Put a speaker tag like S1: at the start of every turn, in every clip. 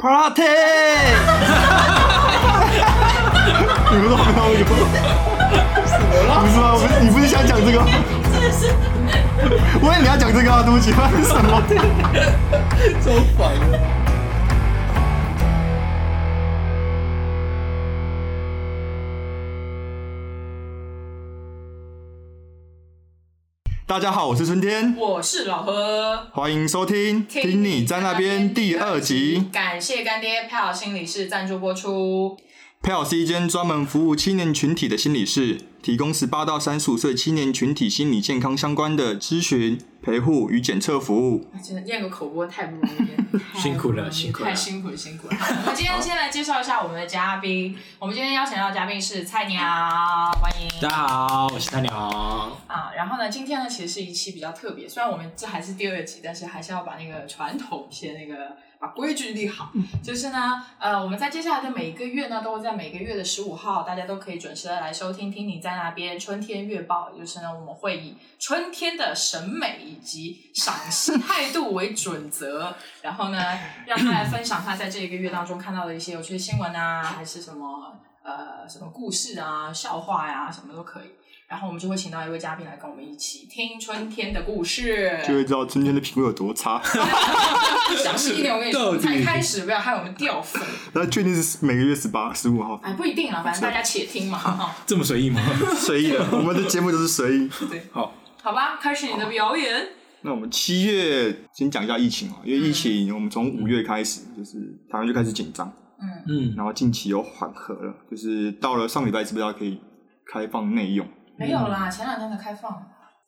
S1: Party！
S2: 你们都没有用。不是吗？我们你不是想讲这个吗？
S3: 真的是
S2: 我也你要讲这个啊，对不起，什么？
S1: 超烦的。
S2: 大家好，我是春天，
S3: 我是老何。
S2: 欢迎收听《听你在那边》第二集。
S3: 感谢干爹票心理室赞助播出。
S2: 票是一间专门服务青年群体的心理室，提供十八到三十五岁青年群体心理健康相关的咨询、陪护与检测服务。
S3: 哎真的念个口播太不容易了，太
S1: 辛苦了
S3: 不容易
S1: 辛苦了
S3: 太辛苦了，辛苦了。我们今天先来介绍一下我们的嘉宾。我们今天邀请到的嘉宾是菜鸟，欢迎。
S1: 大家好，我是大鸟。
S3: 啊，然后呢，今天呢其实是一期比较特别，虽然我们这还是第二集，但是还是要把那个传统先那个把规矩立好。就是呢，呃，我们在接下来的每一个月呢，都会在每个月的十五号，大家都可以准时的来收听《听你在那边》春天月报，也就是呢，我们会以春天的审美以及赏析态度为准则，然后呢，让他来分享他在这一个月当中看到的一些有趣的新闻啊，还是什么呃什么故事啊、笑话呀、什么都可以。然后我们就会请到一位嘉宾来跟我们一起听春天的故事。
S2: 就会知道春天的品味有多差。
S3: 详细一点，我跟你
S1: 到
S3: 说，
S1: 底
S3: 才开始不要害我们掉粉。
S2: 那确定是每个月十八、十五号，
S3: 哎，不一定啊，反正大家且听嘛，哈。
S1: 这么随 意吗？
S2: 随意的。我们的节目就是随意。
S3: 好吧，开始你的表演。
S2: 那我们七月先讲一下疫情啊，因为疫情我们从五月开始，就是台湾就开始紧张，
S3: 嗯，
S1: 嗯，
S2: 然后近期有缓和了，就是到了上礼拜是不是大家可以开放内用？
S1: 嗯
S3: 没有啦，前两天才开放，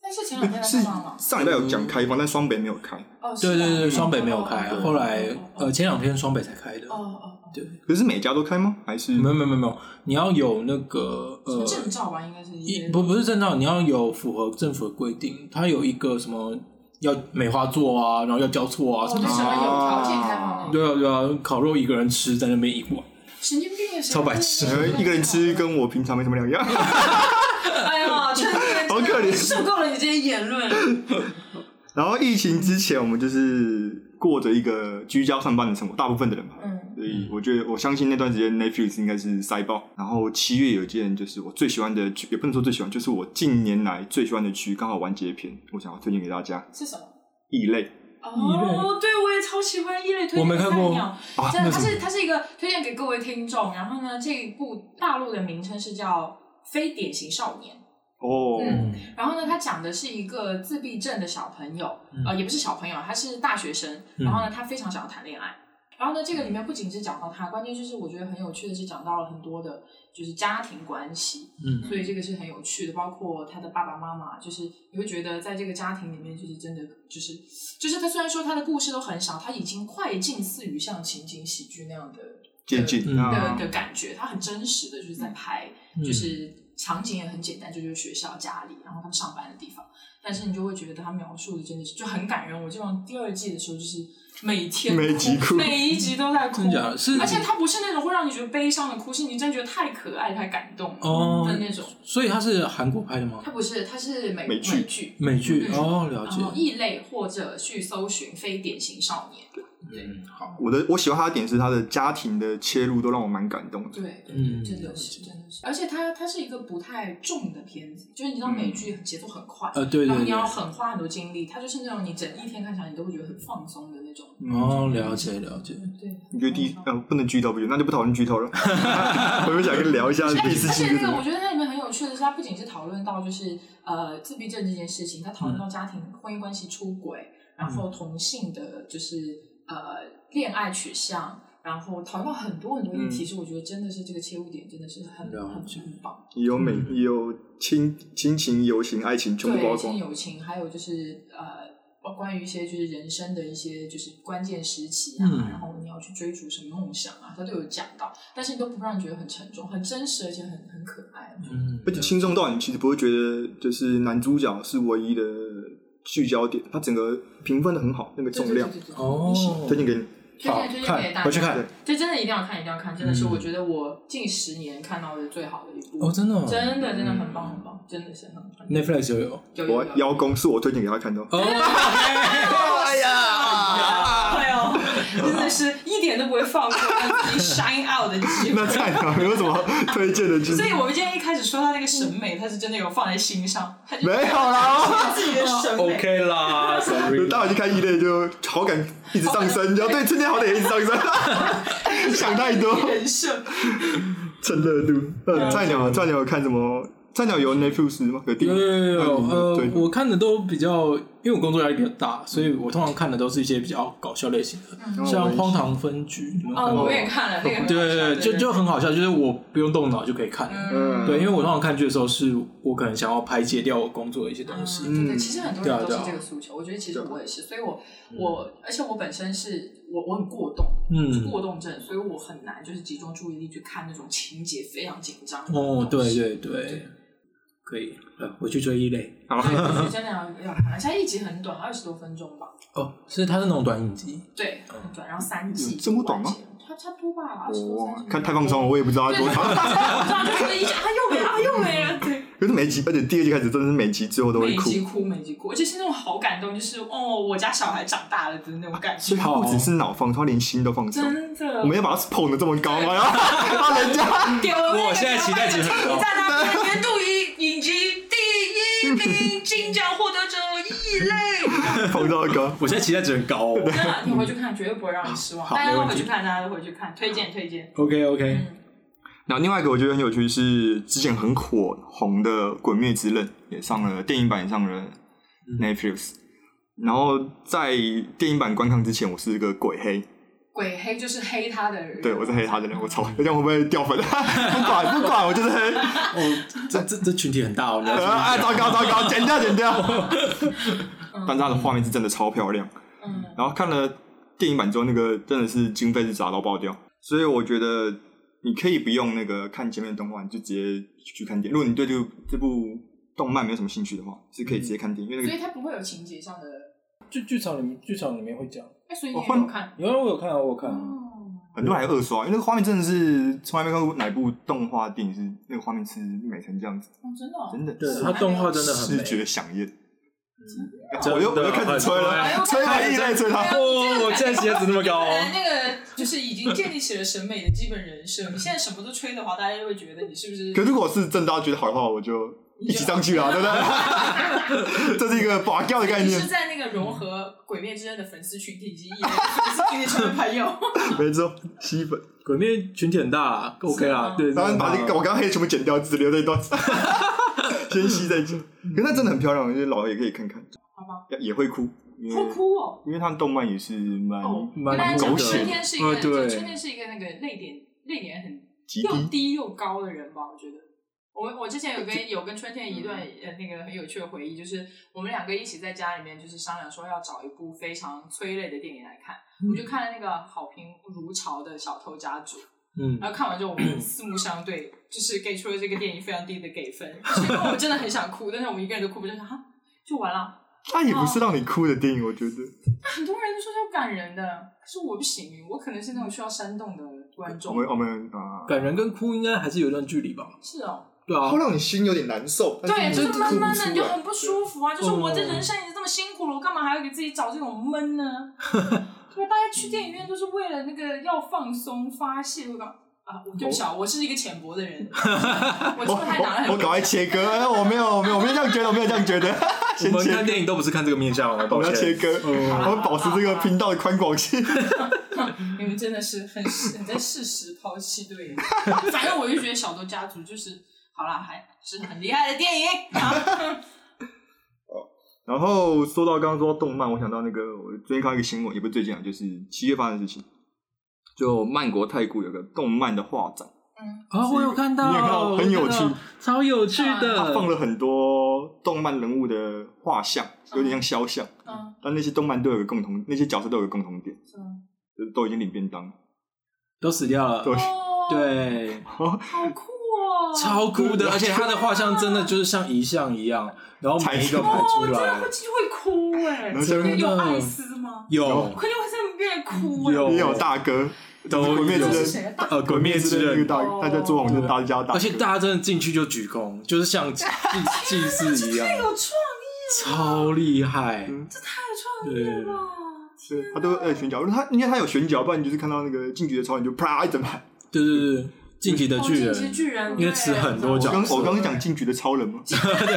S3: 但是前两天才
S2: 是
S3: 开放了。
S2: 上礼拜有讲开放，但双北没有开。
S3: 哦，是
S1: 对
S3: 吧
S1: 对对，双北没有开，啊
S3: 哦
S1: 后来
S3: 哦
S1: 呃前两天双北才开的。
S3: 哦哦哦，
S1: 对，
S2: 可是每家都开吗？还是
S1: 没有没有没有没有，你要有那个
S3: 什
S1: 呃
S3: 么证照吧，应该是一
S1: 一不不是证照，你要有符合政府的规定，它有一个什么要梅花座啊，然后要交错啊
S3: 哦，
S1: 什
S3: 对
S1: 么
S3: 什么
S1: 的。
S3: 有条件开放的，
S1: 对啊对啊，烤肉一个人吃在那边一碗，
S3: 神经病，啊
S1: 超白痴
S2: 呃一个人吃，跟我平常没什么两样。
S3: 哎呀，春天
S2: 好可怜
S3: 受够了你这些言论。
S2: 然后疫情之前，我们就是过着一个居家上班的生活，大部分的人吧。
S3: 嗯，
S2: 所以我觉得，我相信那段时间 Netflix 应该是塞爆。然后七月有一件就是我最喜欢的剧，也不能说最喜欢，就是我近年来最喜欢的剧，刚好完结篇，我想要推荐给大家《，E
S3: 是什么？
S2: 异类》。
S3: 哦，对，我也超喜欢异类推荐
S1: 我没看过
S3: 菜鸟
S2: 啊
S3: 真
S1: 那
S3: 的，它
S1: 什么
S3: 是它是一个推荐给各位听众。然后呢，这一部大陆的名称是叫《非典型少年》。
S2: 哦，
S3: 嗯然后呢，他讲的是一个自闭症的小朋友，呃，也不是小朋友，他是大学生。
S1: 嗯
S3: 然后呢，他非常想要谈恋爱。然后呢，这个里面不仅是讲到他，关键就是我觉得很有趣的是讲到了很多的，就是家庭关系，
S1: 嗯
S3: 所以这个是很有趣的。包括他的爸爸妈妈，就是你会觉得在这个家庭里面，就是真的就是就是他虽然说他的故事都很少，他已经快近似于像情景喜剧那样的
S2: 渐进
S3: 的
S1: 嗯
S2: 那
S3: 的感觉，他很真实的就是在拍，
S1: 嗯
S3: 就是场景也很简单，就就是学校、家里，然后他们上班的地方。但是你就会觉得他描述的真的是就很感人。我记得第二季的时候，就是每天
S2: 每集哭
S3: 每一集都在哭，
S1: 真假的是
S3: 而且他不是那种会让你觉得悲伤的哭，是你真的觉得太可爱、太感动了
S1: 哦
S3: 的那种。
S1: 所以它是韩国拍的吗？
S3: 他不是，他是美
S2: 美剧
S3: 剧，
S1: 美剧
S3: 嗯
S1: 哦，了
S3: 然
S1: 解。
S3: 后异类或者去搜寻非典型少年。
S1: 嗯，好，
S2: 我的我喜欢他的点是他的家庭的切入都让我蛮感动的。
S3: 对，
S1: 嗯
S3: 真的是真的是，而且它它是一个不太重的片子，就是你知道美剧节奏很快，
S1: 呃，对
S3: 然
S1: 对
S3: 后你
S1: 对，
S3: 要很花很多精力，它就是那种你整一天看起来你都会觉得很放松的那种。
S1: 哦，了解了解。
S3: 对，
S2: 你觉得第
S3: 嗯
S2: 呃不能剧透不行，那就不讨论剧透 了。 我就想跟你聊一下
S3: 而
S2: 第四季
S3: 且
S2: 是
S3: 那
S2: 什
S3: 个我
S2: 么。
S3: 觉得它里面很有趣的是，它不仅是讨论到就是呃自闭症这件事情，它讨论到家庭、婚姻关系、出轨，然后同性的就是呃恋爱取向。然后讨论到很多很多议题，
S2: 嗯
S3: 是我觉得真的是这个切入点真的是很很
S1: 了解
S3: 很棒。
S2: 也 有美，
S1: 嗯
S2: 也有亲亲情、友情、爱情，全部
S3: 对
S2: 包
S3: 亲
S2: 括。
S3: 友情，还有就是呃，关关于一些就是人生的一些就是关键时期啊，
S1: 嗯
S3: 然后你要去追逐什么梦想啊，他都有讲到，但是都不让你觉得很沉重，很真实，而且很很可爱。
S1: 嗯，
S2: 而且轻松到你其实不会觉得，就是男主角是唯一的聚焦点，他整个评分的很好，那个
S3: 对
S2: 重量
S3: 对对对对
S1: 哦
S3: 很喜欢
S2: 推荐给你。
S3: 推荐推荐给大
S1: 看
S3: 家，
S1: 回去看，
S3: 这真的一定要看，一定要看，真的是
S1: 嗯
S3: 我觉得我近十年看到的最好的一部，
S1: 哦，真的哦
S3: 真的真的很棒
S2: 嗯
S3: 很棒，真的是很棒。
S1: ，Netflix 又有。
S3: 有
S2: 我
S3: 有有
S2: 邀功是我推荐给他看的哦。
S1: 哦，
S2: 哎呀
S3: 哎呦，真的是一点都不会放过让自己 shine out 的机
S2: 那
S3: 会。
S2: 菜鸟有什么推荐的剧？
S3: 所以我们今天一开始说他那个审美，他是真的有放在心上，他就
S2: 没有哦啦，
S3: 他自己的审美。
S1: OK 啦，Sorry，
S2: 大家去看一类就好感一直上升，然后对春天好感也一直上升， 想太多，
S3: 人设，
S2: 蹭热度。呃，菜鸟菜鸟有看什么？菜鸟有 Netflix 吗？有订
S1: 有
S2: 阅？
S1: 有有有，
S2: 嗯
S1: 呃
S2: 对，
S1: 我看的都比较，因为我工作压力比较大，所以我通常看的都是一些比较搞笑类型
S2: 哦
S1: 的，像《荒唐分局》，你们有看
S3: 哦，
S1: 过
S3: 我
S1: 吗？
S3: 也看了那个很好笑，
S1: 嗯对对对，就就很好笑，就是我不用动脑就可以看了。
S3: 嗯，
S1: 对，因为我通常看剧的时候，是我可能想要排解掉我工作的一些东西。
S3: 对对，
S2: 嗯
S3: 其实很多
S1: 对啊
S3: 人都
S1: 对
S3: 是
S1: 啊
S3: 这个诉求。我觉得其实
S2: 对啊
S3: 我也是，所以我我而且我本身是我我很过动，是
S1: 嗯，
S3: 过动症，所以我很难就是集中注意力去看那种情节非常紧张的
S1: 哦，
S3: 东
S1: 对
S3: 西。
S1: 对对，可以，呃我去追一类。
S2: 好，
S3: 对，我觉得真的要要看，而且它一集很短，二十多分钟吧，
S1: 哦，是它是那种短影集，
S3: 对，很短，然后三季
S2: 嗯有这么短吗
S3: 完结？差差不多吧，二十多
S2: 我
S3: 三十。
S2: 看太放松了，我也不知道
S3: 对，
S2: 它
S3: 对
S2: 多
S3: 对
S2: 长。
S3: 我知道就是一下，啊又没了，啊又没了，对。
S2: 可是每集，而且第二季开始，真的是每集最后都
S3: 每
S2: 会
S3: 一
S2: 哭
S3: 集，哭，每一集哭，而且是那种好感动，就是哦，我家小孩长大了的那种感觉
S2: 所以，它不只是脑放松，它连心都放松。
S3: 真的。
S2: 我们要把它捧得这么高吗？然后让人家
S3: 点了那个
S1: 我现在期待值很
S3: 小
S1: 高
S3: 麦的替你在那边年度影影集第一名，金奖获得者异类。
S2: 捧到高，
S1: 我现在期待值很高哦。
S3: 真的，你回去看绝对不会让你失望，
S1: 好
S3: 大家
S1: 没
S3: 都
S1: 问
S3: 回
S1: 题
S3: 去看，大家都回去看，推荐推荐。
S1: OK OK，
S3: 嗯，
S2: 然后另外一个我觉得很有趣是，之前很火红的《鬼灭之刃》也上了电影版，也上了 Netflix。然后在电影版观看之前，我是一个鬼黑，
S3: 鬼黑就是黑他的人，
S2: 对我是黑他的人，我操，这样会不会掉粉？ 不管不管，我就是黑。
S1: 哦，这这这群体很大哦，你要注意
S2: 呃，哎，糟糕糟糕，剪掉剪掉。但是它的画面是真的超漂亮。
S3: 嗯，
S2: 然后看了电影版之后，那个真的是经费是砸到爆掉，所以我觉得你可以不用那个看前面的动画，你就直接去看电影。如果你对这部这部动漫没有什么兴趣的话，是可以直接看电影，因为那
S3: 所
S2: 个
S3: 以他不会有情节上的。
S1: 剧剧场里面剧场里面会讲，
S3: 哎，所以你
S2: 我哦
S3: 也
S2: 换嗯
S3: 有看？
S1: 有人我有看啊，我有看啊。
S3: 哦，
S2: 很多人还二刷，因为那个画面真的是从来没看过哪部动画电影是那个画面是美成这样子，
S3: 哦真的哦。
S2: 真的
S1: 对，
S2: 是
S1: 它动画真的很
S2: 视
S1: 美。
S2: 觉响应。
S1: 真的
S2: 我又我又开始吹
S1: 哎
S2: 了，
S3: 呦
S2: 吹
S3: 看
S2: 了一在吹他。
S1: 哦，我现在期待值那么高哦。
S3: 哎，那个就是已经建立起了审美的基本人设。你现在什么都吹的话，大家就会觉得你是不是？
S2: 可是如果是正大家觉得好的话，我就一起上去啊，对不 对？这是一个拔掉的概
S3: 你
S2: 念
S3: 是。在那个融合《鬼灭之刃》的粉丝群体以及异类粉丝群体圈的朋友，
S2: 没错，吸粉。
S1: 鬼灭群体很大啦，OK 啦，对，
S2: 然后把
S1: 这
S2: 这个我刚刚黑全部剪掉，只留这一段， 先吸再进。可是那真的很漂亮，我觉得老了也可以看看。
S3: 好吗？
S2: 也也会哭，因
S3: 好
S2: 为
S3: 哭哦！
S2: 因为他的动漫也是蛮
S3: 哦，
S1: 蛮
S3: 跟大家讲，
S1: 狗
S2: 血
S3: 春天是一个，
S1: 呃对
S3: 就春天是一个那个泪点泪点很
S2: 极
S3: 又
S2: 低。
S3: 低又高的人吧，我觉得。我我之前有跟有跟春天一段呃那个很有趣的回忆，就是我们两个一起在家里面就是商量说要找一部非常催泪的电影来看，我们就看了那个好评如潮的《小偷家族》。
S1: 嗯，
S3: 然后看完之后，我们四目相对，就是给出了这个电影非常低的给分。 因为我们真的很想哭，但是我们一个人都哭不出来，哈，就完了。
S2: 它也不
S3: 哦
S2: 是让你哭的电影，我觉得。
S3: 很多人都说要感人的，可是我不行，我可能是那种需要煽动的观
S2: 我
S3: 众
S2: 们。我们啊，
S1: 感人跟哭应该还是有一段距离吧？
S3: 是哦，
S1: 对啊
S2: 它，会让你心有点难受。
S3: 对，
S2: 但是
S3: 就
S2: 你
S3: 是
S2: 哭
S3: 闷
S2: 不
S3: 闷
S2: 出
S3: 的，
S2: 来
S3: 你就很不舒服啊！就是
S1: 嗯
S3: 我这人生已经这么辛苦了，我干嘛还要给自己找这种闷呢？ 对吧？大家去电影院都是为了那个要放松发泄，我搞啊，我对不起啊，我是一个浅薄的人， 我
S2: 我
S3: 出还拿
S2: 哦
S3: 了
S2: 我我赶
S3: 很多
S2: 快切割，哎，我没有，我没有，我没有这样觉得，我没有这样觉 得。
S1: 我
S2: 先
S1: 们
S2: 切
S1: 看，电影都不是看这个面相哦，
S2: 我
S1: 抱
S2: 们要切
S1: 歉。
S2: 割，
S1: 嗯
S2: 我们保持这个频道的宽广性。
S3: 你们真的是很很在适时抛弃对人，反正我就觉得《小偷家族》就是好啦，还是很厉害的电影。啊
S2: 然后说到刚刚说到动漫，我想到那个我最近看到一个新闻，也不是最近啊，就是七月发生的事情，就曼国泰国有个动漫的画展，
S1: 啊，我有看到，
S2: 你有看到很有趣
S1: 我看到，超有趣
S2: 它
S1: 的。
S2: 放了很多动漫人物的画像，有点像肖像，
S3: 嗯，
S2: 但那些动漫都有个共同，那些角色都有个共同点，
S3: 是吗
S2: 就是都已经领便当了，
S1: 都死掉了
S2: 对，
S3: 哦，，
S1: 对，
S3: 好酷哦，
S1: 超酷的，而且他的画像真的就是像遗像一样，然后每一个排
S3: 哦，我
S1: 出
S3: 真的
S1: 来
S3: 会，会哭哎、
S2: 然后
S1: 真
S2: 下
S1: 的
S2: 面
S3: 有艾斯吗？
S1: 有
S3: 肯定会在面哭哎、
S1: 有
S2: 也有大哥，
S1: 都
S2: 就是鬼灭
S3: 这
S1: 有
S3: 是
S2: 之
S3: 谁
S2: 刃，
S3: 啊？大
S1: 呃鬼灭之
S2: 那个
S1: 刃，
S2: 大
S3: 哦
S2: 哥，他在做网就大家大哥，
S1: 而且大家真的进去就鞠躬，就是像 祭祭祀一样，
S3: 有创意，
S1: 超厉害。
S2: 嗯
S3: 这太有创意了吧！
S2: 对，他都呃选角，他应该他有选角，不然你就是看到那个进局的超人就啪一整排。
S1: 对对对，对进击的
S3: 哦
S1: 巨
S3: 进
S1: 人，
S3: 击巨人，
S1: 因为
S3: 对
S1: 吃很多
S2: 我
S1: 角
S2: 刚
S1: 色
S2: 我刚刚讲进局的超 人吗？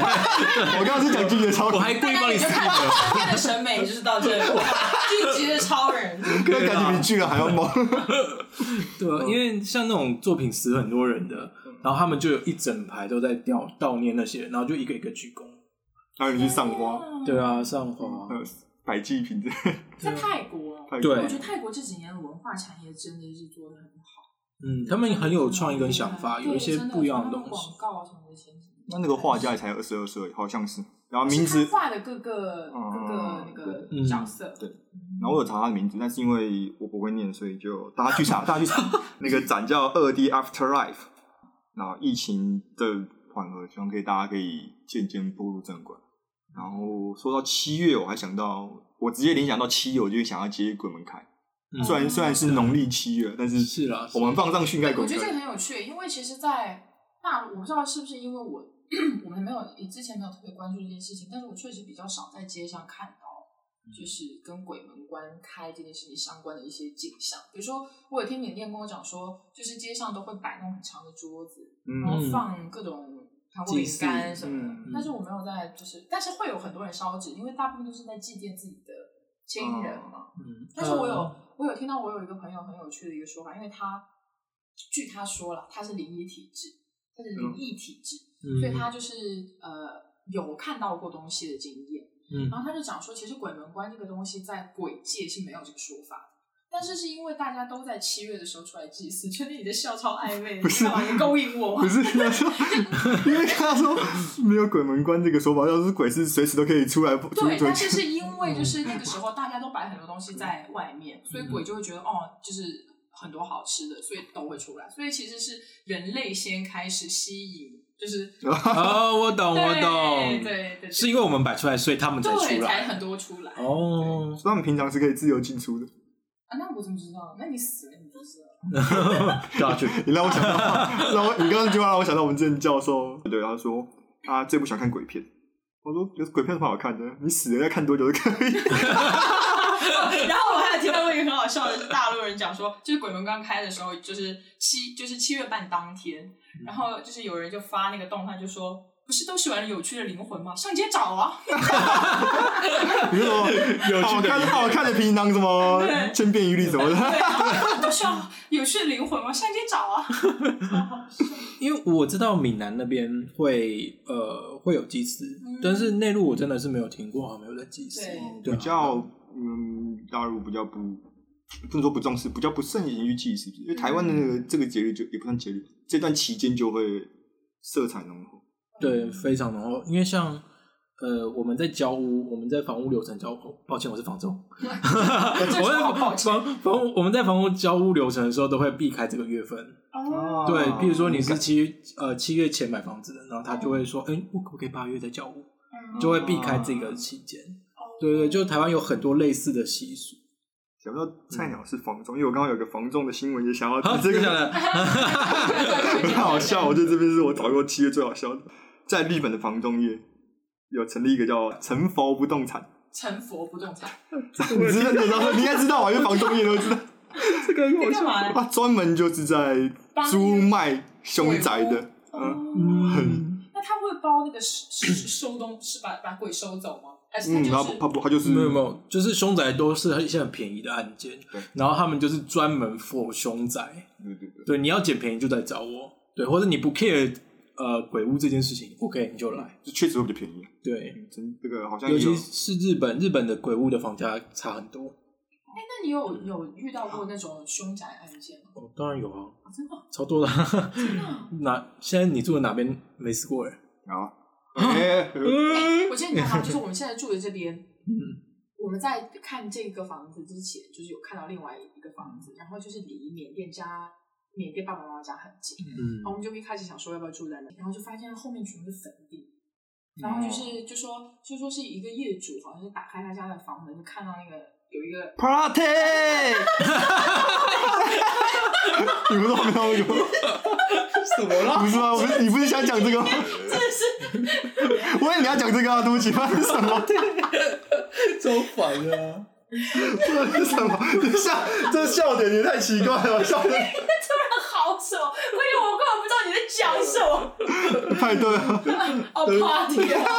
S2: 我刚刚是讲进局的超人，
S1: 我还故
S3: 大家也
S1: 意帮你
S3: 就
S1: skip
S3: 看
S1: 了。
S3: 今天的审美就是到这里， 晋级的超人，
S2: 那感觉比巨人还要 猛。
S1: 对啊，因为像那种作品死很多人的，然后他们就有一整排都在悼悼念那些人，然后就一个一个鞠躬。
S2: 然后你去上花，
S1: 对啊，上花
S2: 还，有百济瓶子，
S3: 在泰国，
S2: 泰国
S1: 对
S3: 我觉得泰国这几年的文化产业真的是做的很好，
S1: 嗯，他们很有创意跟想法，
S3: 对
S1: 有一些
S3: 真
S1: 不一样的东
S3: 广
S1: 西。
S3: 告啊什么的前几年
S2: 那那个画家也才二十二岁，好像是。然后
S3: 是
S2: 名字
S3: 他，画的各个
S2: 嗯
S3: 各个那
S1: 嗯
S3: 个角色，
S2: 对然后我有查他的名字，但是因为我不会念，所以就大家去 查，大家去查。那个展叫二 D Afterlife。然后疫情的缓和，希望可以大家可以渐渐步入正轨。然后说到七月，我还想到，我直接联想到七月，我就想要接《鬼门开》
S1: 嗯
S2: 虽然虽然是农历七月，但是
S1: 是啦，
S2: 我们放上去应该
S3: 对，
S2: 鬼
S3: 我
S2: 门
S3: 觉得这个
S2: 开。
S3: 很有趣，因为其实，在大陆，我不知道是不是因为我我们没有之前没有特别关注这件事情，但是我确实比较少在街上看到，
S2: 嗯
S3: 就是跟鬼门关开这件事情相关的一些景象。比如说，我有听缅甸跟我讲说，就是街上都会摆那种很长的桌子，然后
S2: 嗯，
S3: 放各种糖果饼干什么的。
S2: 嗯
S3: 但是我没有在，就是但是会有很多人烧纸，因为大部分都是在祭奠自己的亲人嘛。
S1: 嗯，
S3: 但是我有我有听到我有一个朋友很有趣的一个说法，因为他据他说了，他是灵异体质，他是灵异体质，
S1: 嗯，
S3: 所以他就是呃有看到过东西的经验。
S1: 嗯
S3: 然后他就讲说，其实鬼门关这个东西在鬼界是没有这个说法的。但是是因为大家都在七月的时候出来祭祀，确定你的笑超暧昧，
S2: 不是
S3: 你干嘛你勾引我？
S2: 不是，他说， 因为他说没有鬼门关这个说法，要是鬼是随时都可以出来，出
S3: 对，
S2: 出
S3: 但是是因为
S1: 嗯
S3: 就是那个时候大家都摆很多东西在外面，所以鬼就会觉得哦，就是很多好吃的，所以都会出来。所以其实是人类先开始吸引，就是
S1: 哦，我懂，我
S3: 对
S1: 懂，
S3: 对对，
S1: 是因为我们摆出来，所以他们才
S3: 对
S1: 出来。
S3: 才很多出来。
S1: 哦，
S2: 所以他们平常是可以自由进出的。
S3: 啊，那我怎么知道？那你死了你就知道了。
S1: 要去，
S2: 你让我想到，让我你刚刚那句话让我想到我们之前教授，对他说他最不喜欢看鬼片。我说有鬼片有什么好看的？你死了要看多久都可以。
S3: 然后我还有听到过一个很好笑的，是大陆人讲说，就是鬼门关开的时候，就是七就是七月半当天，
S1: 嗯
S3: 然后就是有人就发那个动态，就说不是都喜欢有趣的灵魂吗？上街找啊！
S2: 你说什么
S1: 有
S2: 好
S1: 趣的
S2: 看好看的平常什么
S3: 对
S2: 千篇一律什么的。
S3: 对，都需要有趣的灵魂吗？上街找啊！
S1: 因为我知道闽南那边会呃会有祭祀
S3: 嗯，
S1: 但是内陆我真的是没有听过，好像没有在祭祀。对
S2: 比
S1: 啊，
S2: 较嗯，大陆比较不不能说不重视，比较不盛行于祭祀，因为台湾的那个这个节日就也不算节日，这段期间就会色彩浓厚。
S1: 对，非常浓厚。因为像呃，我们在交屋，我们在房屋流程交，哦抱歉，我是 房仲，我
S3: 这
S1: 在
S3: 时候抱
S1: 房
S3: 歉
S1: 房房屋我们在房屋交屋流程的时候都会避开这个月份。
S3: 哦
S1: 对，譬如说你是七呃七月前买房子的，然后他就会说，
S2: 嗯
S1: 哎，我可不可以八月再交屋？
S2: 哦
S3: 嗯
S1: 就会避开这个期间。对对，就台湾有很多类似的习俗。
S2: 想不到 菜鸟是房仲，因为我刚刚有个房仲的新闻也想要
S1: 好，
S2: 提这
S1: 接
S2: 个
S1: 啊下来，
S2: 很 好笑，我觉得这边是我找过七月最好笑的。在日本的房东业有成立一个叫“成佛不动 产
S3: 成佛不动产，”，
S2: 你知道？你知道？你应该知道吧？因为房东业都知道，
S1: 这个
S3: 在嗯干嘛呢？
S2: 他专门就是在租卖凶宅的。嗯，
S3: 哦，
S1: 嗯，
S3: 那他会包那个收收收东，是把把鬼收走吗？还是他
S2: 嗯，然
S3: 就
S2: 后
S3: 是
S2: 他不，他就是
S1: 没有没有，就是凶宅都是一些很便宜的案件
S2: 对，
S1: 然后他们就是专门 for 凶宅。
S2: 对对对，
S1: 对，你要捡便宜就来找我，对，或者你不 care 呃鬼屋这件事情，OK 你就来。
S2: 就确实会比较便宜。
S1: 对，
S2: 真这个好像
S1: 嗯尤
S2: 也有
S1: 其是日本，日本的鬼屋的房价差很多。
S3: 哎，那你有有遇到过那种凶宅哎案件吗？
S1: 哦，当然有啊，
S3: 啊真的
S1: 超多的。
S3: 真的啊。
S1: 哪现在你住的哪边没试过哎？
S2: 啊，哎，
S3: 哎我记得你好，就是我们现在住的这边，
S1: 嗯
S3: 我们在看这个房子之前，就是有看到另外一个房子，然后就是离缅甸家、缅甸爸爸妈妈家很近，然后我
S1: 嗯
S3: 们就一开始想说要不要住在那里，然后就发现后面全部是坟地，然后就是就说就说是一个业主，好像是打开他家的房门，就看到那个有一个
S2: party，你不是没有有
S1: 什么啦？
S2: 不是吗？我不是你不是想讲这个吗？
S3: 真的是
S2: 我以为你要讲这个啊，对不起，发生什么？
S1: 超烦的啊！
S2: 这是什么？ 这笑这笑点也太奇怪了，笑 点
S3: 好手，我以为我根本不知道你在讲什么。
S2: 太对 了。
S3: 哦，party 啊，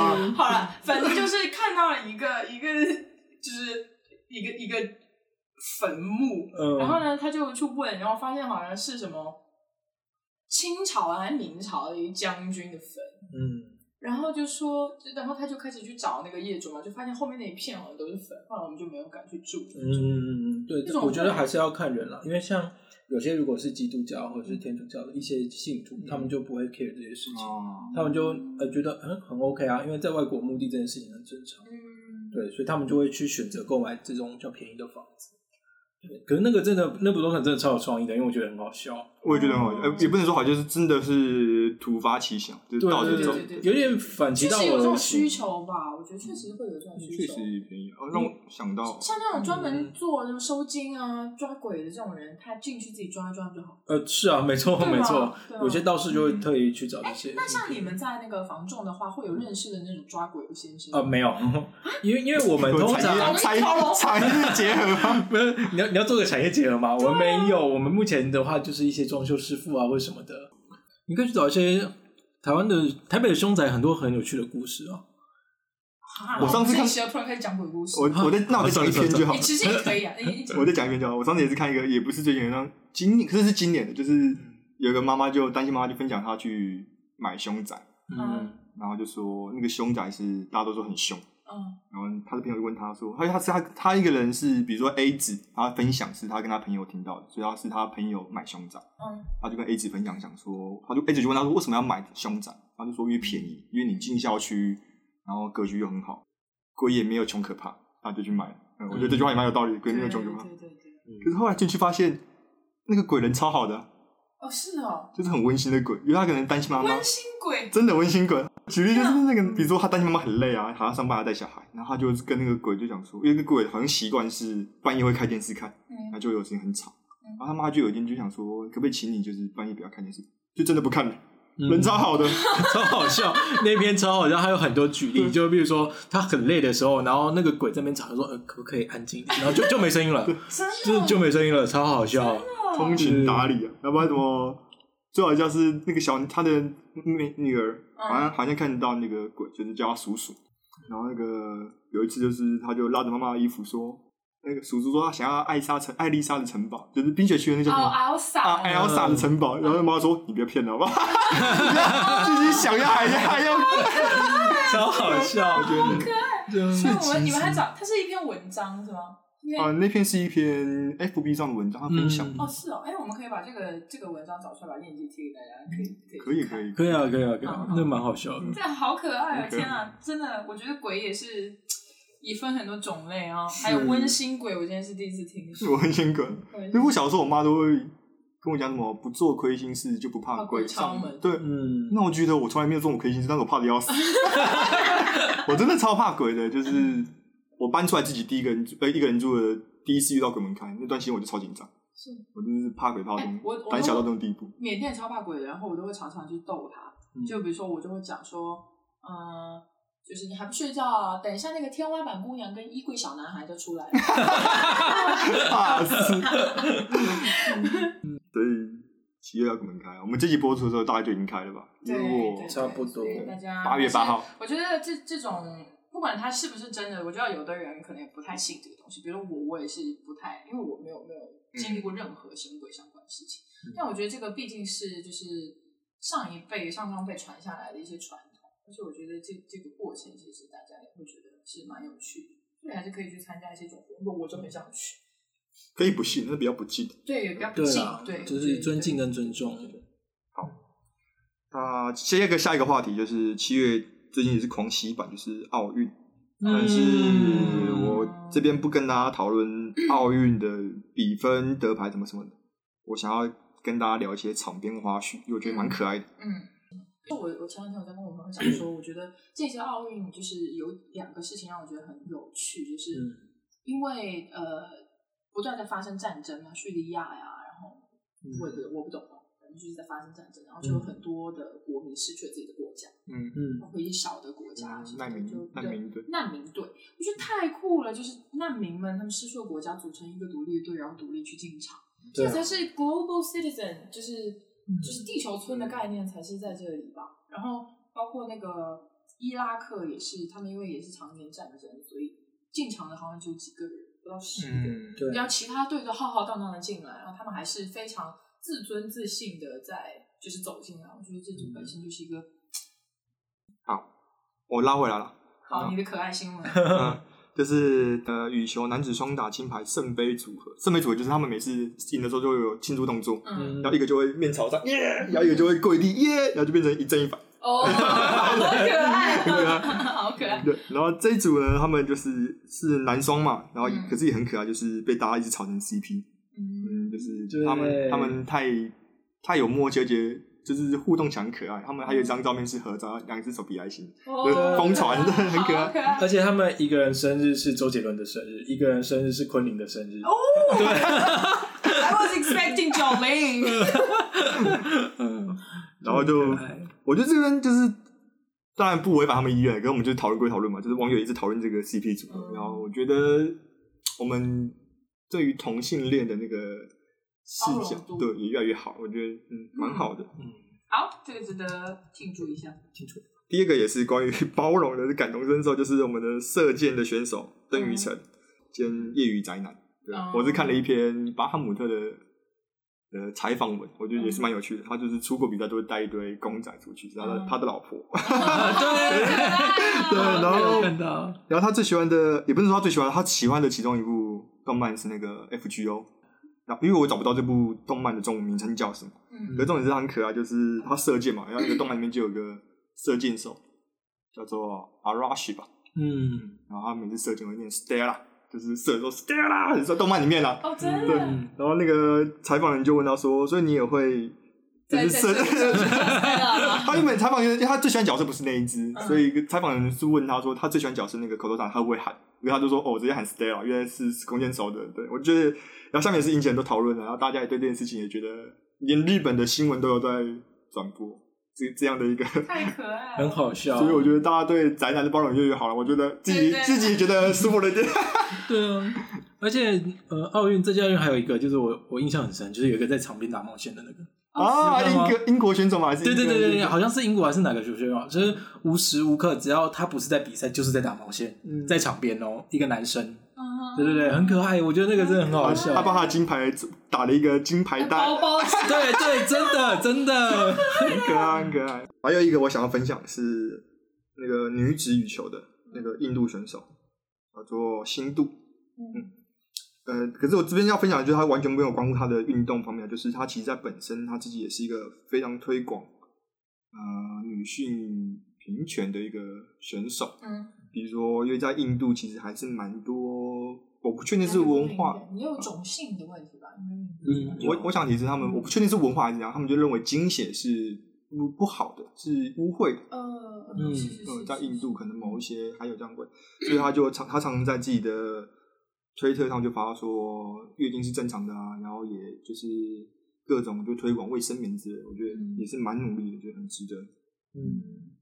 S2: 啊
S3: 好了，反正就是看到了一个一个就是一个一个坟墓，
S1: 嗯，
S3: 然后呢，他就去问，然后发现好像是什么清朝啊还是明朝的一个将军的坟。
S1: 嗯，
S3: 然后就说，就然后他就开始去找那个业主嘛，就发现后面那一片好像都是坟，后来我们就没有敢去住。
S1: 嗯，对
S3: 这，种
S1: 我觉得
S3: 会
S1: 还是要看人啦，因为像有些如果是基督教或者是天主教的一些信
S3: 嗯
S1: 徒，他们就不会 care 这些事情，
S2: 哦
S1: 他们就呃觉得嗯很 OK 啊，因为在外国墓地这件事情很正常，
S3: 嗯，
S1: 对，所以他们就会去选择购买这种比较便宜的房子。
S3: 嗯
S1: 对，可是那个真的那不动产真的超有创意的，因为我觉得很好笑，
S2: 我也觉得很好，
S1: 哦
S2: 呃，也不能说好，就是真的是突发奇想，就是
S1: 对
S2: 到
S1: 对
S2: 这
S1: 对
S2: 种
S3: 哦对，
S1: 对，有点反其
S3: 确
S1: 道
S3: 实有
S1: 而
S3: 这种
S1: 行
S3: 需。求吧，我觉得确实会有这种需
S2: 嗯确
S3: 求。
S2: 实便宜，哦让我想到
S3: 像那种专门
S1: 嗯
S3: 做就是收金啊、抓鬼的这种人，他进去自己抓一抓就好。
S1: 呃，是啊，没
S2: 哦
S1: 错
S3: 对吧
S1: 没错
S3: 对啊，
S1: 有些道士就会特意去找这些。
S3: 那像你们在那个房仲的话，会有认识的那种抓鬼的先生
S1: 啊，
S2: 嗯
S1: 没有，因为因为我们通
S2: 产
S1: 常
S3: 哦
S2: 业产业产业结合，
S1: 不是你要你要做个产业结合吗？我们
S3: 啊
S1: 没有，我们目前的话就是一些装修师傅啊或者什么的，你可以去找一些台湾的台北的凶宅，很多很有趣的故事啊。
S3: 啊
S2: 我上次看
S3: 自己突然开始讲鬼故事，
S2: 我我再那我再讲一篇就好
S1: 哦
S3: 你，其实也可以啊，你
S2: 我再讲一篇就好。我上次也是看一个，也不是最近的，张今年这是今年的，就是有一个妈妈就担心妈妈就分享她去买凶宅，
S3: 嗯
S2: 然后就说那个凶宅是大家都说很凶，
S3: 嗯
S2: 然后他的朋友就问他说，他他是他他一个人是比如说 A 子，他分享是他跟他朋友听到的，所以他是他朋友买凶宅，
S3: 嗯
S2: 他就跟 A 子分享，想说，他就 A 子就问他说为什么要买凶宅，他就说因为便宜，因为你进校区，然后格局又很好，鬼也没有穷可怕，他就去买了。嗯，我觉得这句话也蛮有道理，鬼没有穷可怕。
S3: 对对对对，
S2: 可是后来进去发现，那个鬼人超好的，啊
S3: 哦是哦，
S2: 就是很温馨的鬼，因为他可能担心妈妈，
S3: 温馨鬼，
S2: 真的温馨鬼。举例就是那个，比
S3: 嗯
S2: 如说他担心妈妈很累啊，还要上班还要带小孩，然后他就跟那个鬼就讲说，因为那个鬼好像习惯是半夜会开电视看，然后
S3: 嗯
S2: 就有时间很吵
S3: 嗯，
S2: 然后他妈就有一天就想说，可不可以请你就是半夜不要看电视，就真的不看了，
S1: 嗯
S2: 人超好 的，
S1: 超好笑，那篇超好笑，还有很多举
S3: 嗯
S1: 例，就比如说他很累的时候，然后那个鬼在那边吵，说呃可不可以安静一点，然后就就没 声音了，
S3: 真
S1: 就
S3: 的哦
S1: 就没声音了，超好笑。
S2: 通情达理啊，要不然怎么？最好笑是那个小他的妹女儿，
S3: 嗯
S2: 好像好像看到那个鬼，就是叫他叔叔。然后那个有一次就是，他就拉着妈妈的衣服说，那个叔叔说他想要艾莎城艾丽莎的城堡，就是冰雪奇缘那叫什么？
S3: 哦，L
S2: 啊，
S3: 萨
S2: 艾
S1: 嗯
S2: 尔莎的城堡。然后妈妈说：“你别骗了，好不 好？自己想要还要还要。”
S1: 超好笑，
S3: 哦那我们你们还找，它是一篇文章是吗？因为
S2: 啊，那篇是一篇 FB 上的文章，他分享。
S1: 嗯
S3: 哦，是哦，哎，我们可以把这个这个文章找出来，把链接贴给大家，可
S2: 可以
S3: 以可以看
S2: 可以，
S1: 可以啊，可以啊，可以
S3: 嗯
S1: 啊
S3: 好，好
S1: 那蛮好笑的。
S3: 这样好可爱
S2: 很
S3: 啊！
S2: 可爱
S3: 天啊，真的，我觉得鬼也是也分很多种类啊，还有温馨鬼，我今天是第一次听说。
S2: 我很辛苦。
S3: 对
S2: 因为我小时候，我妈都会跟我讲什么“不做亏心事就不怕鬼上
S3: 哦怕鬼敲门
S2: 对，
S1: 嗯，
S2: 那我觉得我从来没有做过亏心事，但是我怕的 要死。我真的超怕鬼的，就是我搬出来自己第一个人住，呃，一个人住的第一次遇到鬼门开那段时间，我就超紧张，
S3: 是
S2: 我真的是怕鬼怕到这
S3: 哎我
S2: 种
S3: 我
S2: 胆小到这种地步。
S3: 缅甸超怕鬼的，然后我都会常常去逗他，
S1: 嗯
S3: 就比如说我就会讲说，嗯。就是你还不睡觉啊？等一下那个天花板姑娘跟衣柜小男孩就出 来
S2: 哎
S3: 了。
S2: 怕死。所以七月要鬼门开，我们这集播出的时候大概就已经开了吧？
S3: 对
S2: 如果
S3: 对，
S1: 差不多
S3: 所以大家
S2: 八月八号，
S3: 我觉得这这种不管它是不是真的，我知道有的人可能也不太信这个东西。比如我，我也是不太，因为我没有没有
S1: 嗯
S3: 经历过任何神鬼相关的事情。但我觉得这个毕竟是就是上一辈、上上辈传下来的一些传统，而且我觉得这这个过程其实大家也会觉得是蛮有趣的，所以还是可以去参加一些这种活动。我就很想去，
S2: 可以不信，那比较不记得。
S3: 对，也不要不
S1: 对
S3: 敬
S1: 啊，，
S3: 对，
S1: 就是尊敬跟尊重。
S2: 那下一个下一个话题就是七月最近也是狂喜版，就是奥运。
S1: 嗯
S2: 但是我这边不跟大家讨论奥运的比分、得牌什么什么的，我想要跟大家聊一些场边花絮，因为我觉得蛮可爱的。
S3: 嗯，就我我前两天我在跟我朋友讲说，我觉得这些奥运就是有两个事情让我觉得很有趣，就是
S1: 嗯
S3: 因为
S2: 嗯
S3: 呃不断在发生战争嘛，叙利亚呀，然后我也不我不懂啊，反正就是在发生战争，然后就有很多的国民失去了自己的国家，
S2: 嗯，
S1: 嗯，
S3: 回去小的国家什么
S2: 难
S3: 的，就
S2: 民难民对，
S3: 难民队，我觉得太酷了！就是难民们，他们失去了国家，组成一个独立队，然后独立去进场，
S1: 对
S3: 这
S1: 啊，
S3: 才是 global citizen，就是
S1: 嗯
S3: 就是地球村的概念才是在这里吧。然后包括那个伊拉克也是，他们因为也是常年战争，所以进场的好像就几个人，不到十个。
S2: 嗯，
S1: 对啊
S3: 然后其他队都浩浩荡荡的进来，然后他们还是非常自尊自信的在就是走进来。我觉得这就本身就是一个
S2: 我拉回来了，
S3: 好
S2: 嗯
S3: 你的可爱新闻。
S2: 嗯，就是呃，羽球男子双打金牌圣杯组合，圣杯组合就是他们每次赢的时候就会有庆祝动作，
S3: 嗯，
S2: 然后一个就会面朝上耶，然后一个就会跪地耶，然后就变成一正一反。
S3: 哦， 好可爱
S2: 对
S3: 啊，好可爱。
S2: 对，然后这一组呢，他们就是是男双嘛，然后
S3: 嗯
S2: 可是也很可爱，就是被大家一直炒成 CP，
S3: 嗯，
S2: 嗯，就是
S1: 对
S2: 他们他们太太有默契，而且就是互动强可爱。他们还有一张照片是合照，两只手比爱心，
S3: 哦
S2: 疯传
S3: 好
S2: 很可爱
S3: 可爱。
S1: 而且他们一个人生日是周杰伦的生日，一个人生日是昆凌的生
S3: 哦
S1: 日。
S3: I was expecting 九零，
S1: 嗯，
S2: 然后就
S1: 很可爱
S2: 我觉得这边就是当然不违反他们意愿，可是我们就讨论归讨论嘛，就是网友一直讨论这个 CP 组合，
S3: 嗯
S2: 然后我觉得我们对于同性恋的那个视
S3: 包容
S2: 角，
S3: 度
S2: 对也越来越好，我觉得嗯蛮好的。
S3: 好，这个值得庆祝一下。
S2: 第二个也是关于包容的感同身受，就是我们的射箭的选手邓宇成兼业余宅男。对
S3: 嗯哦
S2: 我是看了一篇巴哈姆特的呃采访文，我觉得也是
S3: 嗯
S2: 蛮有趣的。他就是出国比赛都会带一堆公仔出去，是他的
S3: 嗯
S2: 他的老婆。
S1: 啊对
S3: 可爱
S2: 对
S3: 哦
S2: 然后
S1: 我有看到
S2: 然后他最喜欢的，也不是说他最喜欢，他喜欢的其中一部动漫是那个 F G O。然后因为我找不到这部动漫的中文名称叫什么，
S3: 嗯
S2: 可是重点是它很可爱，就是他射箭嘛，然后那个动漫里面就有个射箭手叫做 Arashi 吧，
S1: 嗯
S2: 然后他每次射箭会念 Stella，就是射的时候 Stella，你在动漫里面啦、
S3: 哦，真
S2: 对
S3: 的，
S1: 嗯，
S2: 然后那个采访人就问他说：“所以你也会就是射？”他原本采访人，因为他最喜欢角色不是那一只，
S3: 嗯
S2: 所以采访人是问他说他最喜欢角色那个口头禅他会不会喊，然后他就说：“哦，我直接喊 Stella，原来是弓箭手的。”对我觉得，然后下面也是影前都讨论了，然后大家也对这件事情也觉得，连日本的新闻都有在转播这这样的一个。
S3: 太可爱了，
S1: 很。好笑。
S2: 所以我觉得大家对宅男的包容越来越好了，我觉得自己
S3: 对对
S2: 自己觉得舒服了一 点。
S1: 对啊，而且呃，奥运这届奥运还有一个，就是我我印象很深，就是有一个在场边打冒险的那个，
S2: 啊，
S1: 哦是这样
S2: 英
S1: 吗
S2: 国英国选手嘛，还是
S1: 对对
S2: 英格
S1: 对对
S2: 兰
S1: 对，
S2: 选手
S1: 好像是英国还是哪个球学嘛，就是无时无刻只要他不是在比赛，就是在打毛线，
S2: 嗯
S1: 在场边哦，一个男生，
S3: 嗯
S1: 对对对，很可爱，我觉得那个真的很好笑
S2: 他。帮他金牌打了一个金
S3: 哎
S2: 牌带，
S3: 包包
S1: 对对，真的真的，
S2: 很可爱，很可爱。啊还有一个我想要分享是那个女子羽球的那个印度选手，叫做新度。
S3: 嗯
S2: 呃，可是我这边要分享的就是他完全没有光顾他的运动方面，就是他其实在本身他自己也是一个非常推广呃女性平权的一个选手。
S3: 嗯，
S2: 比如说，因为在印度其实还是蛮多，我不确定是文化，，
S3: 嗯你有种姓的问题吧？
S1: 嗯
S2: 我我想提示他们，我不确定是文化还是怎样，他们就认为精血是不不好的，是污秽的。
S3: 呃，
S1: 嗯
S3: 是是
S2: 呃，
S3: 是，
S2: 在印度可能某一些还有这样会，所以他就常他常常在自己的推特上就发说月经是正常的啊，然后也就是各种就推广卫生棉之类的，我觉得
S3: 嗯
S2: 也是蛮努力的，觉得很值得。
S1: 嗯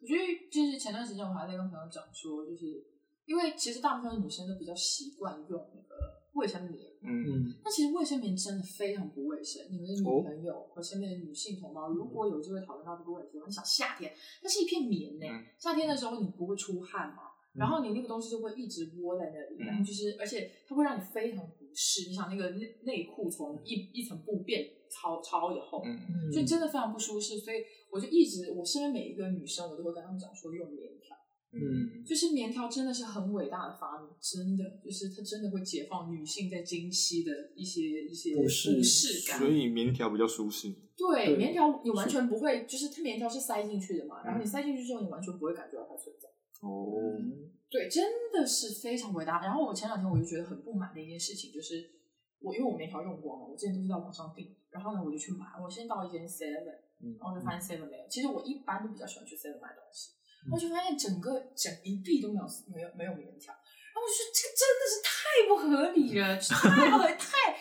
S3: 我觉得就是前段时间我还在跟朋友讲说，就是因为其实大部分的女生都比较习惯用那个卫生棉，
S2: 嗯
S1: 嗯，
S3: 那其实卫生棉真的非常不卫生。你们的女
S2: 哦
S3: 朋友和身边的女性同胞，如果有机会讨论到这个问题，我很想夏天，那是一片棉呢、
S2: 嗯
S3: 夏天的时候你不会出汗吗？然后你那个东西就会一直窝在那里，
S2: 嗯
S3: 然后就是，而且它会让你非常不适。你想那个内内裤从一一层布变超超以后，
S2: 嗯
S3: 就真的非常不舒适，所以我就一直，我身边每一个女生，我都会跟她们讲说用棉条，
S1: 嗯
S3: 就是棉条真的是很伟大的发明，真的就是它真的会解放女性在经期的一些一些
S1: 不适
S3: 适
S2: 所
S3: 感。
S2: 以棉条比较舒适。
S3: 对，
S1: 对
S3: 棉条你完全不会，就是它棉条是塞进去的嘛，然后
S2: 嗯
S3: 你塞进去之后，你完全不会感觉到它存在。
S2: 哦，
S3: 对，真的是非常伟大。然后我前两天我就觉得很不满的一件事情，就是我因为我棉条用光了，我之前都是在网上订，然后呢我就去买，我先到一间 Seven，
S2: 嗯嗯
S3: 然后就发现 Seven 没有。其实我一般都比较喜欢去 Seven 买东西，然后就发现整个整一壁都没有没有没有棉条，然后我就说这个真的是太不合 理了，太不合理，太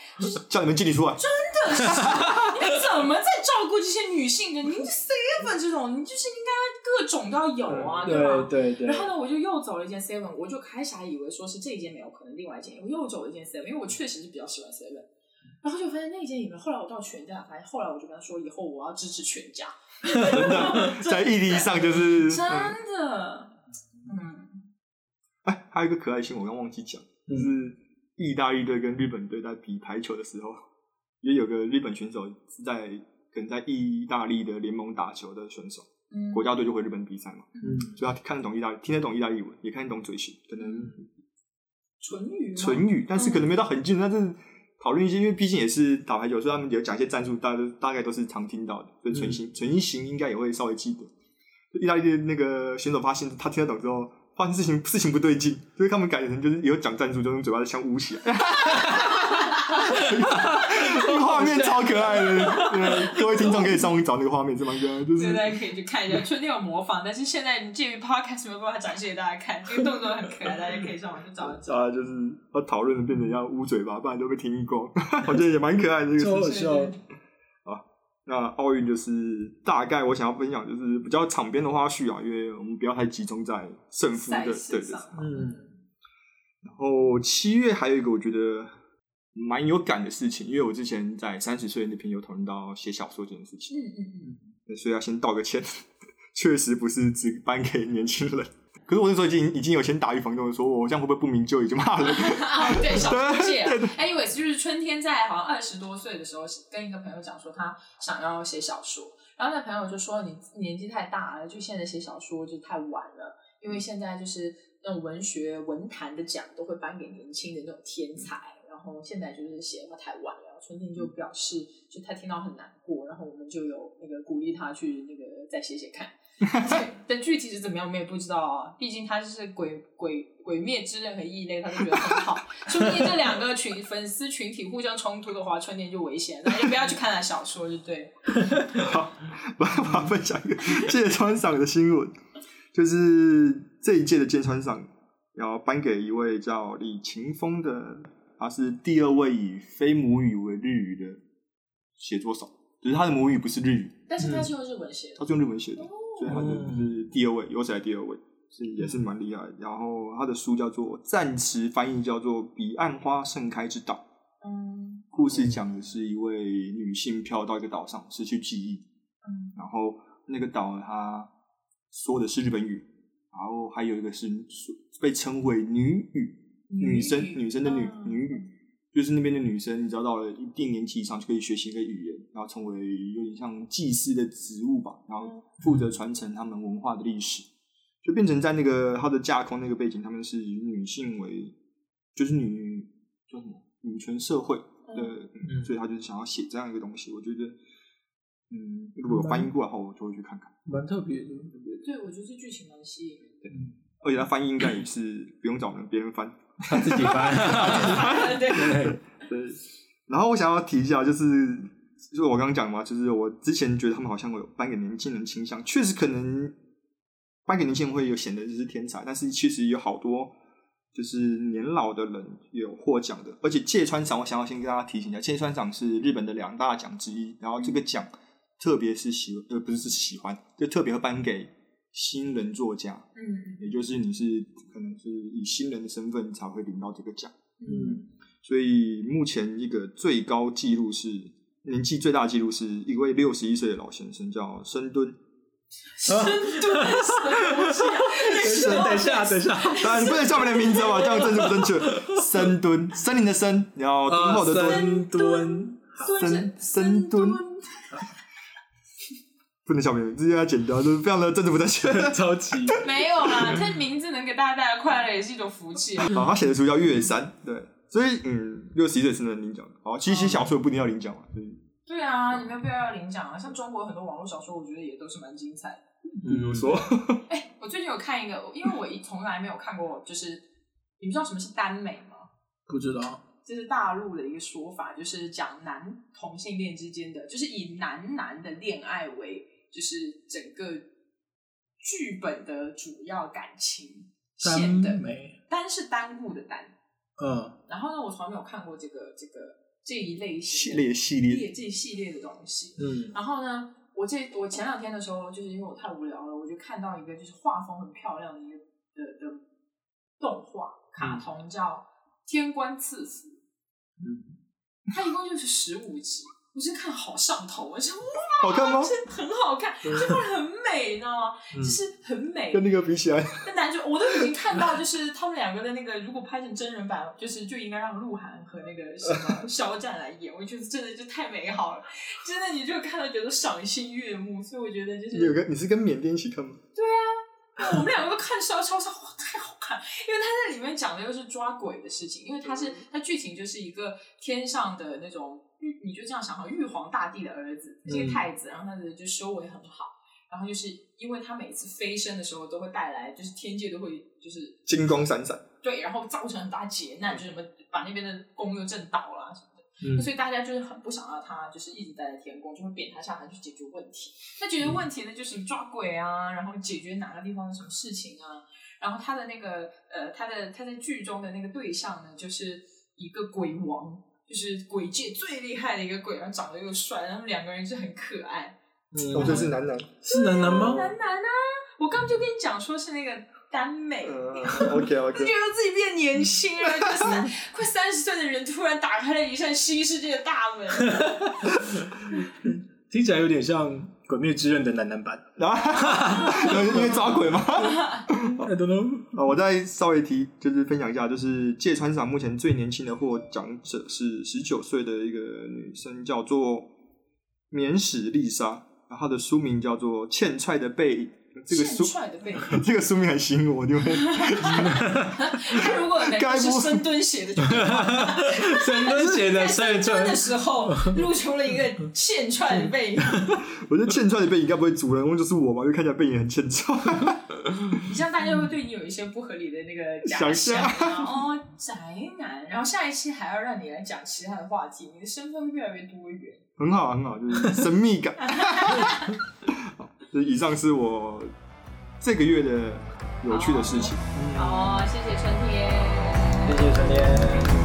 S2: 叫你们经理出来，
S3: 真的是，你怎么在照顾这些女性的，你 seven 这种，你就是应该各种都要有啊，对吧？
S1: 对对对
S3: 然，后呢，我就又走了一件 seven，我就开始还以为说是这一件没有，可能另外一件有，我又走了一件 seven，因为我确实是比较喜欢 seven，然后就发现那一件也没有。后来我到全家，发现后来我就跟他说，以后我要支持全家，
S2: 真的在毅力上就是。
S3: 真
S2: 嗯
S3: 的，嗯，
S2: 哎，还有一个可爱新闻，我刚忘记讲，就是意大利队跟日本队在比排球的时候，也有个日本选手是在可能在意大利的联盟打球的选手，
S3: 嗯
S2: 国家队就回日本比赛嘛，
S1: 嗯，
S2: 所以他看得懂意大利，听得懂意大利文，也看得懂嘴型，可能
S3: 纯语吗嗯
S2: 唇语，但是可能没有到很近，但是讨论一些，因为毕竟也是打排球，所以他们有讲一些战术，大家都大概都是常听到的，所以
S3: 嗯
S2: 唇形唇形应该也会稍微记得。意大利的那个选手发现他听得懂之后，发现事情事情不对劲，所以他们改成就是以后讲战术就用嘴巴像捂起来。 那个画面超可爱的，对各位听众可以上网找那个画面，是蛮可爱的，就
S3: 对，
S2: 是
S3: 大家可以去看一下，春天有模仿，但是现在你鉴于 podcast 没有办法展示给大家看，这个动作很可爱，大家可以上网去找一找。
S2: 啊，就是要讨论的变成要捂嘴巴，不然就被听光。 我觉得也蛮可爱的这个事情
S1: 超好。笑
S3: 对对对
S2: 那奥运就是大概我想要分享就是比较场边的花絮啊，因为我们不要太集中在胜负的
S3: 赛
S2: 对
S3: 事
S2: 对。对
S3: 上，
S1: 嗯，
S2: 然后七月还有一个我觉得蛮有感的事情，因为我之前在三十岁那篇有讨论到写小说这件事
S3: 嗯
S2: 情，
S3: 嗯嗯，
S2: 所以要先道个歉， 确实不是只颁给年轻人。可是我那时候已经已经有先打预防针，说我这样会不会不明就已经骂人？
S3: 啊， 对，小猪姐
S2: 对对。
S3: Anyways，就是春天在好像二十多岁的时候，跟一个朋友讲说他想要写小说，然后那朋友就说你年纪太大了，就现在写小说就太晚了，因为现在就是那种文学文坛的奖都会颁给年轻的那种天才，然后现在就是写的话太晚了。春天就表示，就他听到很难过，然后我们就有那个鼓励他去那个再写写看。对 但具体是怎么样，我们也不知道啊。毕竟他就是鬼鬼鬼灭之刃和异类，他都觉得很好。 说不定这两个群粉丝群体互相冲突的话，春天就危险了，也不要去看他小说，就对。
S2: 我要分享一个芥川赏的新闻，就是这一届的芥川赏要颁给一位叫李勤峰的，他是第二位以非母语为日语的写作手，就是他的母语不是日语，
S3: 但是
S1: 嗯
S3: 他是用日文写的
S2: 他是用日文写的，
S3: 哦
S2: 所以他的就是第二位，有史以来第二位，是也是蛮厉害的。然后他的书叫做暂时翻译叫做《彼岸花盛开之岛》。
S3: 嗯
S2: 故事讲的是一位女性漂到一个岛上，失去记忆，
S3: 嗯
S2: 然后那个岛它说的是日本语，然后还有一个是说被称为女语，
S3: 女语
S2: 女生女生的女、
S3: 嗯
S2: 女语，就是那边的女生，你知道到了一定年纪以上就可以学习一个语言，然后成为有点像祭司的职务吧，然
S3: 嗯
S2: 后负责传承他们文化的历史，就变成在那个它的架空那个背景，他们是以女性为，就是女叫什么女权社会
S3: 哦
S2: 的，
S1: 嗯
S2: 所以他就是想要写这样一个东西，我觉得。嗯，如果有翻译过来的话，我就会去看看。
S1: 蛮特别的，
S3: 对，我觉得这剧情蛮吸引人的。
S2: 而且他翻译应该也是不用找人，别人翻。
S1: 他自己翻，
S3: 对，
S1: 对，
S2: 对。然后我想要提一下，就是就是我刚刚讲嘛，就是我之前觉得他们好像有颁给年轻人倾向，确实可能颁给年轻人会有显得就是天才，但是其实有好多就是年老的人也有获奖的。而且芥川赏，我想要先跟大家提醒一下，芥川赏是日本的两大奖之一，然后这个奖特别是喜呃不是是喜欢，就特别会颁给新人作家，
S3: 嗯
S2: 也就是你是可能是以新人的身份才会领到这个奖。
S3: 嗯
S2: 所以目前一个最高纪录是年纪最大纪录是一位六十一岁的老先生叫深蹲。
S1: 啊
S3: 啊
S1: 等等一下，等一下，
S2: 当然你不能叫我们的名字哦吧，这样政治不正确。深蹲，森林的森，然后敦厚的敦，
S1: 深蹲，
S2: 深深蹲，不能叫别人，这些要剪掉，就是非常的政治不正确。
S1: 超级，
S3: 没有啦，这名字能给大家带来快乐也是一种福气。啊
S2: 好，他写的书叫《月山》，对，所以嗯，六十一岁是能领奖的。好，其实其实小说也不一定要领奖嘛，所以
S3: 对啊，你
S2: 嗯
S3: 没有必要要领奖啊。像中国很多网络小说，我觉得也都是蛮精彩的。
S2: 比如说，
S3: 哎，我最近有看一个，因为我一从来没有看过，就是你们知道什么是耽美吗？
S1: 不知道，
S3: 这是大陆的一个说法，就是讲男同性恋之间的，就是以男男的恋爱为就是整个剧本的主要感情
S1: 三
S3: 线的，
S1: 美，
S3: 单是耽误的耽。
S1: 嗯
S3: 然后呢，我从来没有看过这个这个这一类
S2: 系
S3: 型的
S2: 列系列，
S3: 列这一系列的东西。
S1: 嗯
S3: 然后呢，我这我前两天的时候，就是因为我太无聊了，我就看到一个就是画风很漂亮的一个的的动画卡通，叫《天官赐福》。
S1: 嗯，
S3: 它一共就是十五集，我是看好上头，而且哇，
S2: 好看吗？
S3: 这很好看，这画的很美，你知道吗？
S1: 嗯
S3: 就是很美。
S2: 跟那个比起来，
S3: 那男主我都已经看到，就是他们两个的那个，如果拍成真人版，就是就应该让鹿晗和那个什 么肖战来演，我觉得真的就太美好了，真的你就看了觉得赏心悦目，所以我觉得就
S2: 你有
S3: 是哦
S2: 个你是跟缅甸一起看吗？
S3: 我们两个都看烧超超，哇，太好看！因为他在里面讲的又是抓鬼的事情，因为他
S2: 嗯
S3: 是他剧情就是一个天上的那种玉，你就这样想哈，玉皇大帝的儿子，
S2: 嗯
S3: 这个太子，然后他的就修为很好。然后就是因为他每次飞升的时候都会带来，就是天界都会就是
S2: 金光闪闪，
S3: 对，然后造成很大劫难，就是什么把那边的宫又震倒了、啊什么的，
S1: 嗯
S3: 所以大家就是很不想要他，就是一直待在天宫，就会贬他下台去解决问题。那解决问题呢，就是抓鬼啊，然后解决哪个地方的什么事情啊。然后他的那个呃，他的他在剧中的那个对象呢，就是一个鬼王，就是鬼界最厉害的一个鬼，然后长得又帅，然后两个人就很可爱。
S1: 嗯
S2: 我就是男男，
S1: 是男男吗？
S3: 男男啊，我刚就跟你讲说是那个耽美。
S2: 呃，OK
S3: 就
S2: OK，
S3: 觉得自己变年 轻了，就三快三十岁的人突然打开了一扇新世界的大门。
S1: 听起来有点像《鬼灭之刃》的男男版。
S2: 然 后因为抓鬼嘛，
S1: I don't know。
S2: 啊，我再稍微提，就是分享一下，就是芥川赏目前最年轻的获奖者是十九岁的一个女生，叫做免史丽莎，然后她的书名叫做《欠踹的背影》。这个书
S3: 欠，踹的背影，
S2: 这个书名很吸引我，因为
S3: 他如果能够是深蹲写的就好，
S1: 深蹲写的
S3: 在
S1: 深
S3: 深蹲
S1: 蹲
S3: 的，时候露出了一个欠踹的背影。
S2: 我觉得欠踹的背影应该不会主人公就是我吧，因为看起来背影很欠踹。
S3: 你像大家会对你有一些不合理的那个假
S2: 想象
S3: 啊，哦，宅男。然后下一期还要让你来讲其他的话题，你的身份会越来越多元。
S2: 很好，很好，就是神秘 感。好，就是以上是我这个月的有趣的事情。
S3: 哦好，谢谢春天。
S2: 嗯
S1: 谢谢陈天。